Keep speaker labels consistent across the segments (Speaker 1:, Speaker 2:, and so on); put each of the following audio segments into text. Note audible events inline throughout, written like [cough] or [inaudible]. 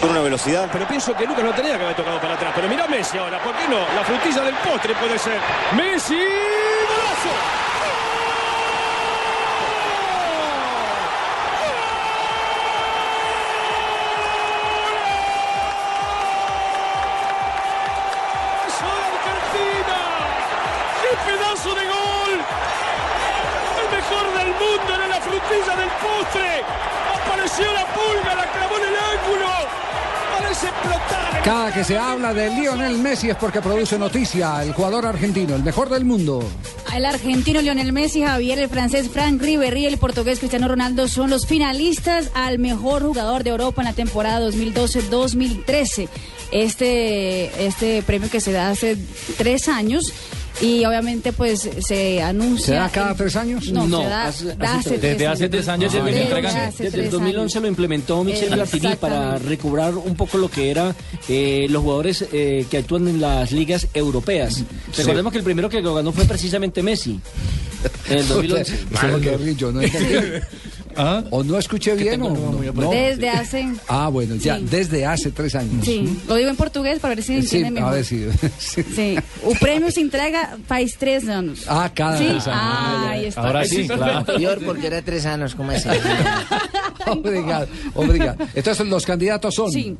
Speaker 1: Por una velocidad.
Speaker 2: Pero pienso que Lucas no tenía que haber tocado para atrás. Pero mirá a Messi ahora, ¿por qué no? La frutilla del postre puede ser. ¡Messi! ¡Golazo! pedazo de gol. El mejor del mundo era la frutilla del postre. Apareció la pulga, la clavó en el ángulo. Parece explotar.
Speaker 3: Cada que se habla de Lionel Messi es porque produce noticia. El jugador argentino, el mejor del mundo.
Speaker 4: El argentino Lionel Messi, Javier, el francés Frank Ribery, el portugués Cristiano Ronaldo son los finalistas al mejor jugador de Europa en la temporada 2012-2013. Este, este premio que se da hace tres años y obviamente pues se anuncia.
Speaker 3: ¿Se da cada tres años?
Speaker 4: No, no se da,
Speaker 5: hace-
Speaker 4: da
Speaker 5: hace
Speaker 4: hace
Speaker 5: tres.
Speaker 4: tres
Speaker 6: Desde hace tres años se
Speaker 4: Ah,
Speaker 6: viene
Speaker 4: desde
Speaker 6: entregando.
Speaker 4: hace
Speaker 5: Desde el
Speaker 4: tres
Speaker 5: 2011
Speaker 4: años.
Speaker 5: lo implementó Michel
Speaker 4: Eh,
Speaker 5: Platini para
Speaker 4: exactamente.
Speaker 5: recobrar un poco lo que era eh, los jugadores eh, que actúan en las ligas europeas. Recordemos que el primero que lo ganó fue precisamente Messi. En
Speaker 6: [laughs]
Speaker 5: el
Speaker 3: [laughs]
Speaker 5: 2011.
Speaker 3: Eso es lo que rillo, no entendí.
Speaker 6: ¿Ah?
Speaker 3: O no escuché bien o no. no.
Speaker 4: Desde hace.
Speaker 3: Ah, bueno, ya,
Speaker 4: Sí.
Speaker 3: desde hace tres años.
Speaker 4: Sí, lo digo en portugués para ver si
Speaker 3: Eh, Sí,
Speaker 4: entiende
Speaker 3: a
Speaker 4: mejor.
Speaker 3: ver si. [laughs] sí.
Speaker 4: Sí, o premio se entrega faz tres años.
Speaker 3: Ah, cada
Speaker 4: Sí,
Speaker 3: [laughs] tres años.
Speaker 4: ah, ahí está.
Speaker 6: Ahora sí, claro.
Speaker 7: Peor porque era tres años, como así?
Speaker 3: Obrigado, obrigado. Entonces, los candidatos son.
Speaker 4: Sí.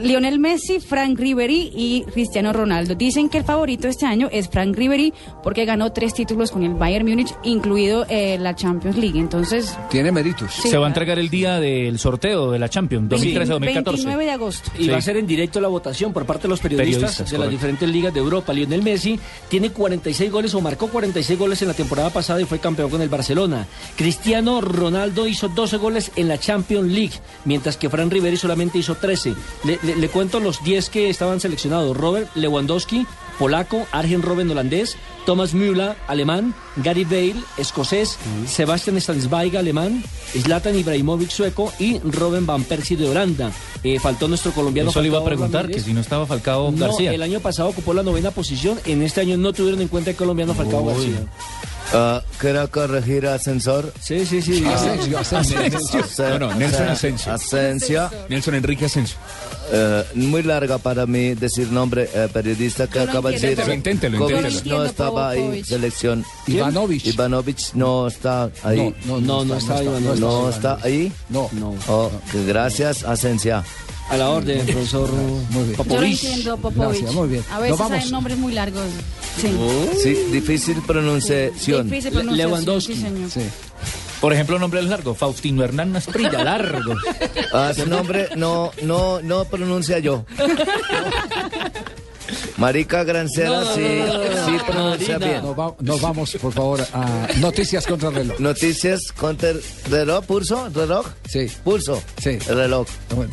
Speaker 4: Lionel Messi, Frank Ribery y Cristiano Ronaldo. Dicen que el favorito este año es Frank Ribery porque ganó tres títulos con el Bayern Múnich, incluido eh, la Champions League. Entonces,
Speaker 3: Tiene méritos.
Speaker 4: Sí,
Speaker 6: Se va
Speaker 4: claro.
Speaker 6: a entregar el día del sorteo de la Champions
Speaker 4: 29
Speaker 6: 2013-2014.
Speaker 4: de agosto.
Speaker 5: Y
Speaker 6: Sí.
Speaker 5: va a ser en directo la votación por parte de los periodistas,
Speaker 6: Periodistas,
Speaker 5: de
Speaker 6: correcto.
Speaker 5: las diferentes ligas de Europa. Lionel Messi tiene 46 goles o marcó 46 goles en la temporada pasada y fue campeón con el Barcelona. Cristiano Ronaldo hizo 12 goles en la Champions League, mientras que Fran Riveri solamente hizo 13. Le, le- le cuento los 10 que estaban seleccionados. Robert Lewandowski, polaco, Arjen Robben holandés, Thomas Müller, alemán, Gary Bale, escocés,
Speaker 6: Mm.
Speaker 5: Sebastian Stanisbaig, alemán, Zlatan Ibrahimovic, sueco y Robin Van Persie de Holanda. Eh, faltó nuestro colombiano.
Speaker 6: Eso le iba a
Speaker 5: Falcao
Speaker 6: preguntar,
Speaker 5: Ramírez.
Speaker 6: que si no estaba Falcao
Speaker 5: No,
Speaker 6: García.
Speaker 5: el año pasado ocupó la novena posición, en este año no tuvieron en cuenta el colombiano Falcao García.
Speaker 7: Ah, Quiero corregir ascensor.
Speaker 5: Sí, sí, Ah, sí.
Speaker 3: Asensio, Asensio.
Speaker 7: Ascen-
Speaker 8: No, no, Nelson
Speaker 7: Ascen-
Speaker 8: Asensio.
Speaker 7: Asensio.
Speaker 8: Nelson Enrique Asensio.
Speaker 7: Eh, muy larga para mí decir nombre eh, periodista que
Speaker 4: Yo no
Speaker 7: acaba de
Speaker 4: entiendo.
Speaker 7: decir.
Speaker 8: Inténtelo,
Speaker 7: Kovic
Speaker 8: inténtelo.
Speaker 4: Yo no entiendo,
Speaker 7: no estaba ahí,
Speaker 4: Popovic.
Speaker 7: selección.
Speaker 3: Ivanovic.
Speaker 7: Ivanovich no está ahí.
Speaker 3: No,
Speaker 5: No, no
Speaker 3: está,
Speaker 5: está Iván.
Speaker 3: no
Speaker 7: No está ahí.
Speaker 3: No.
Speaker 5: No.
Speaker 7: Oh, gracias, Asensio.
Speaker 5: A la [laughs] orden, profesor
Speaker 3: Muy bien.
Speaker 4: Yo lo
Speaker 5: Popovich.
Speaker 4: entiendo, Popovich.
Speaker 3: Gracias, muy bien.
Speaker 4: A veces
Speaker 3: Nos vamos.
Speaker 4: hay nombres muy largos. Sí.
Speaker 8: Uh.
Speaker 7: Sí, difícil pronunciación.
Speaker 4: Difícil
Speaker 5: Le-
Speaker 4: pronunciación,
Speaker 5: Lewandowski.
Speaker 4: sí, señor.
Speaker 3: Sí.
Speaker 6: Por ejemplo, nombres largos. Faustino Hernández Prilla, largo.
Speaker 7: Ah, su nombre no, no, no
Speaker 4: [laughs]
Speaker 7: pronuncia yo. Marica Grancera sí, sí pronuncia bien.
Speaker 3: Nos, va- nos vamos, por favor, a Noticias contra el reloj.
Speaker 7: Noticias contra el reloj, pulso, reloj.
Speaker 3: Sí.
Speaker 7: Pulso.
Speaker 3: Sí.
Speaker 7: Reloj.
Speaker 3: Bueno.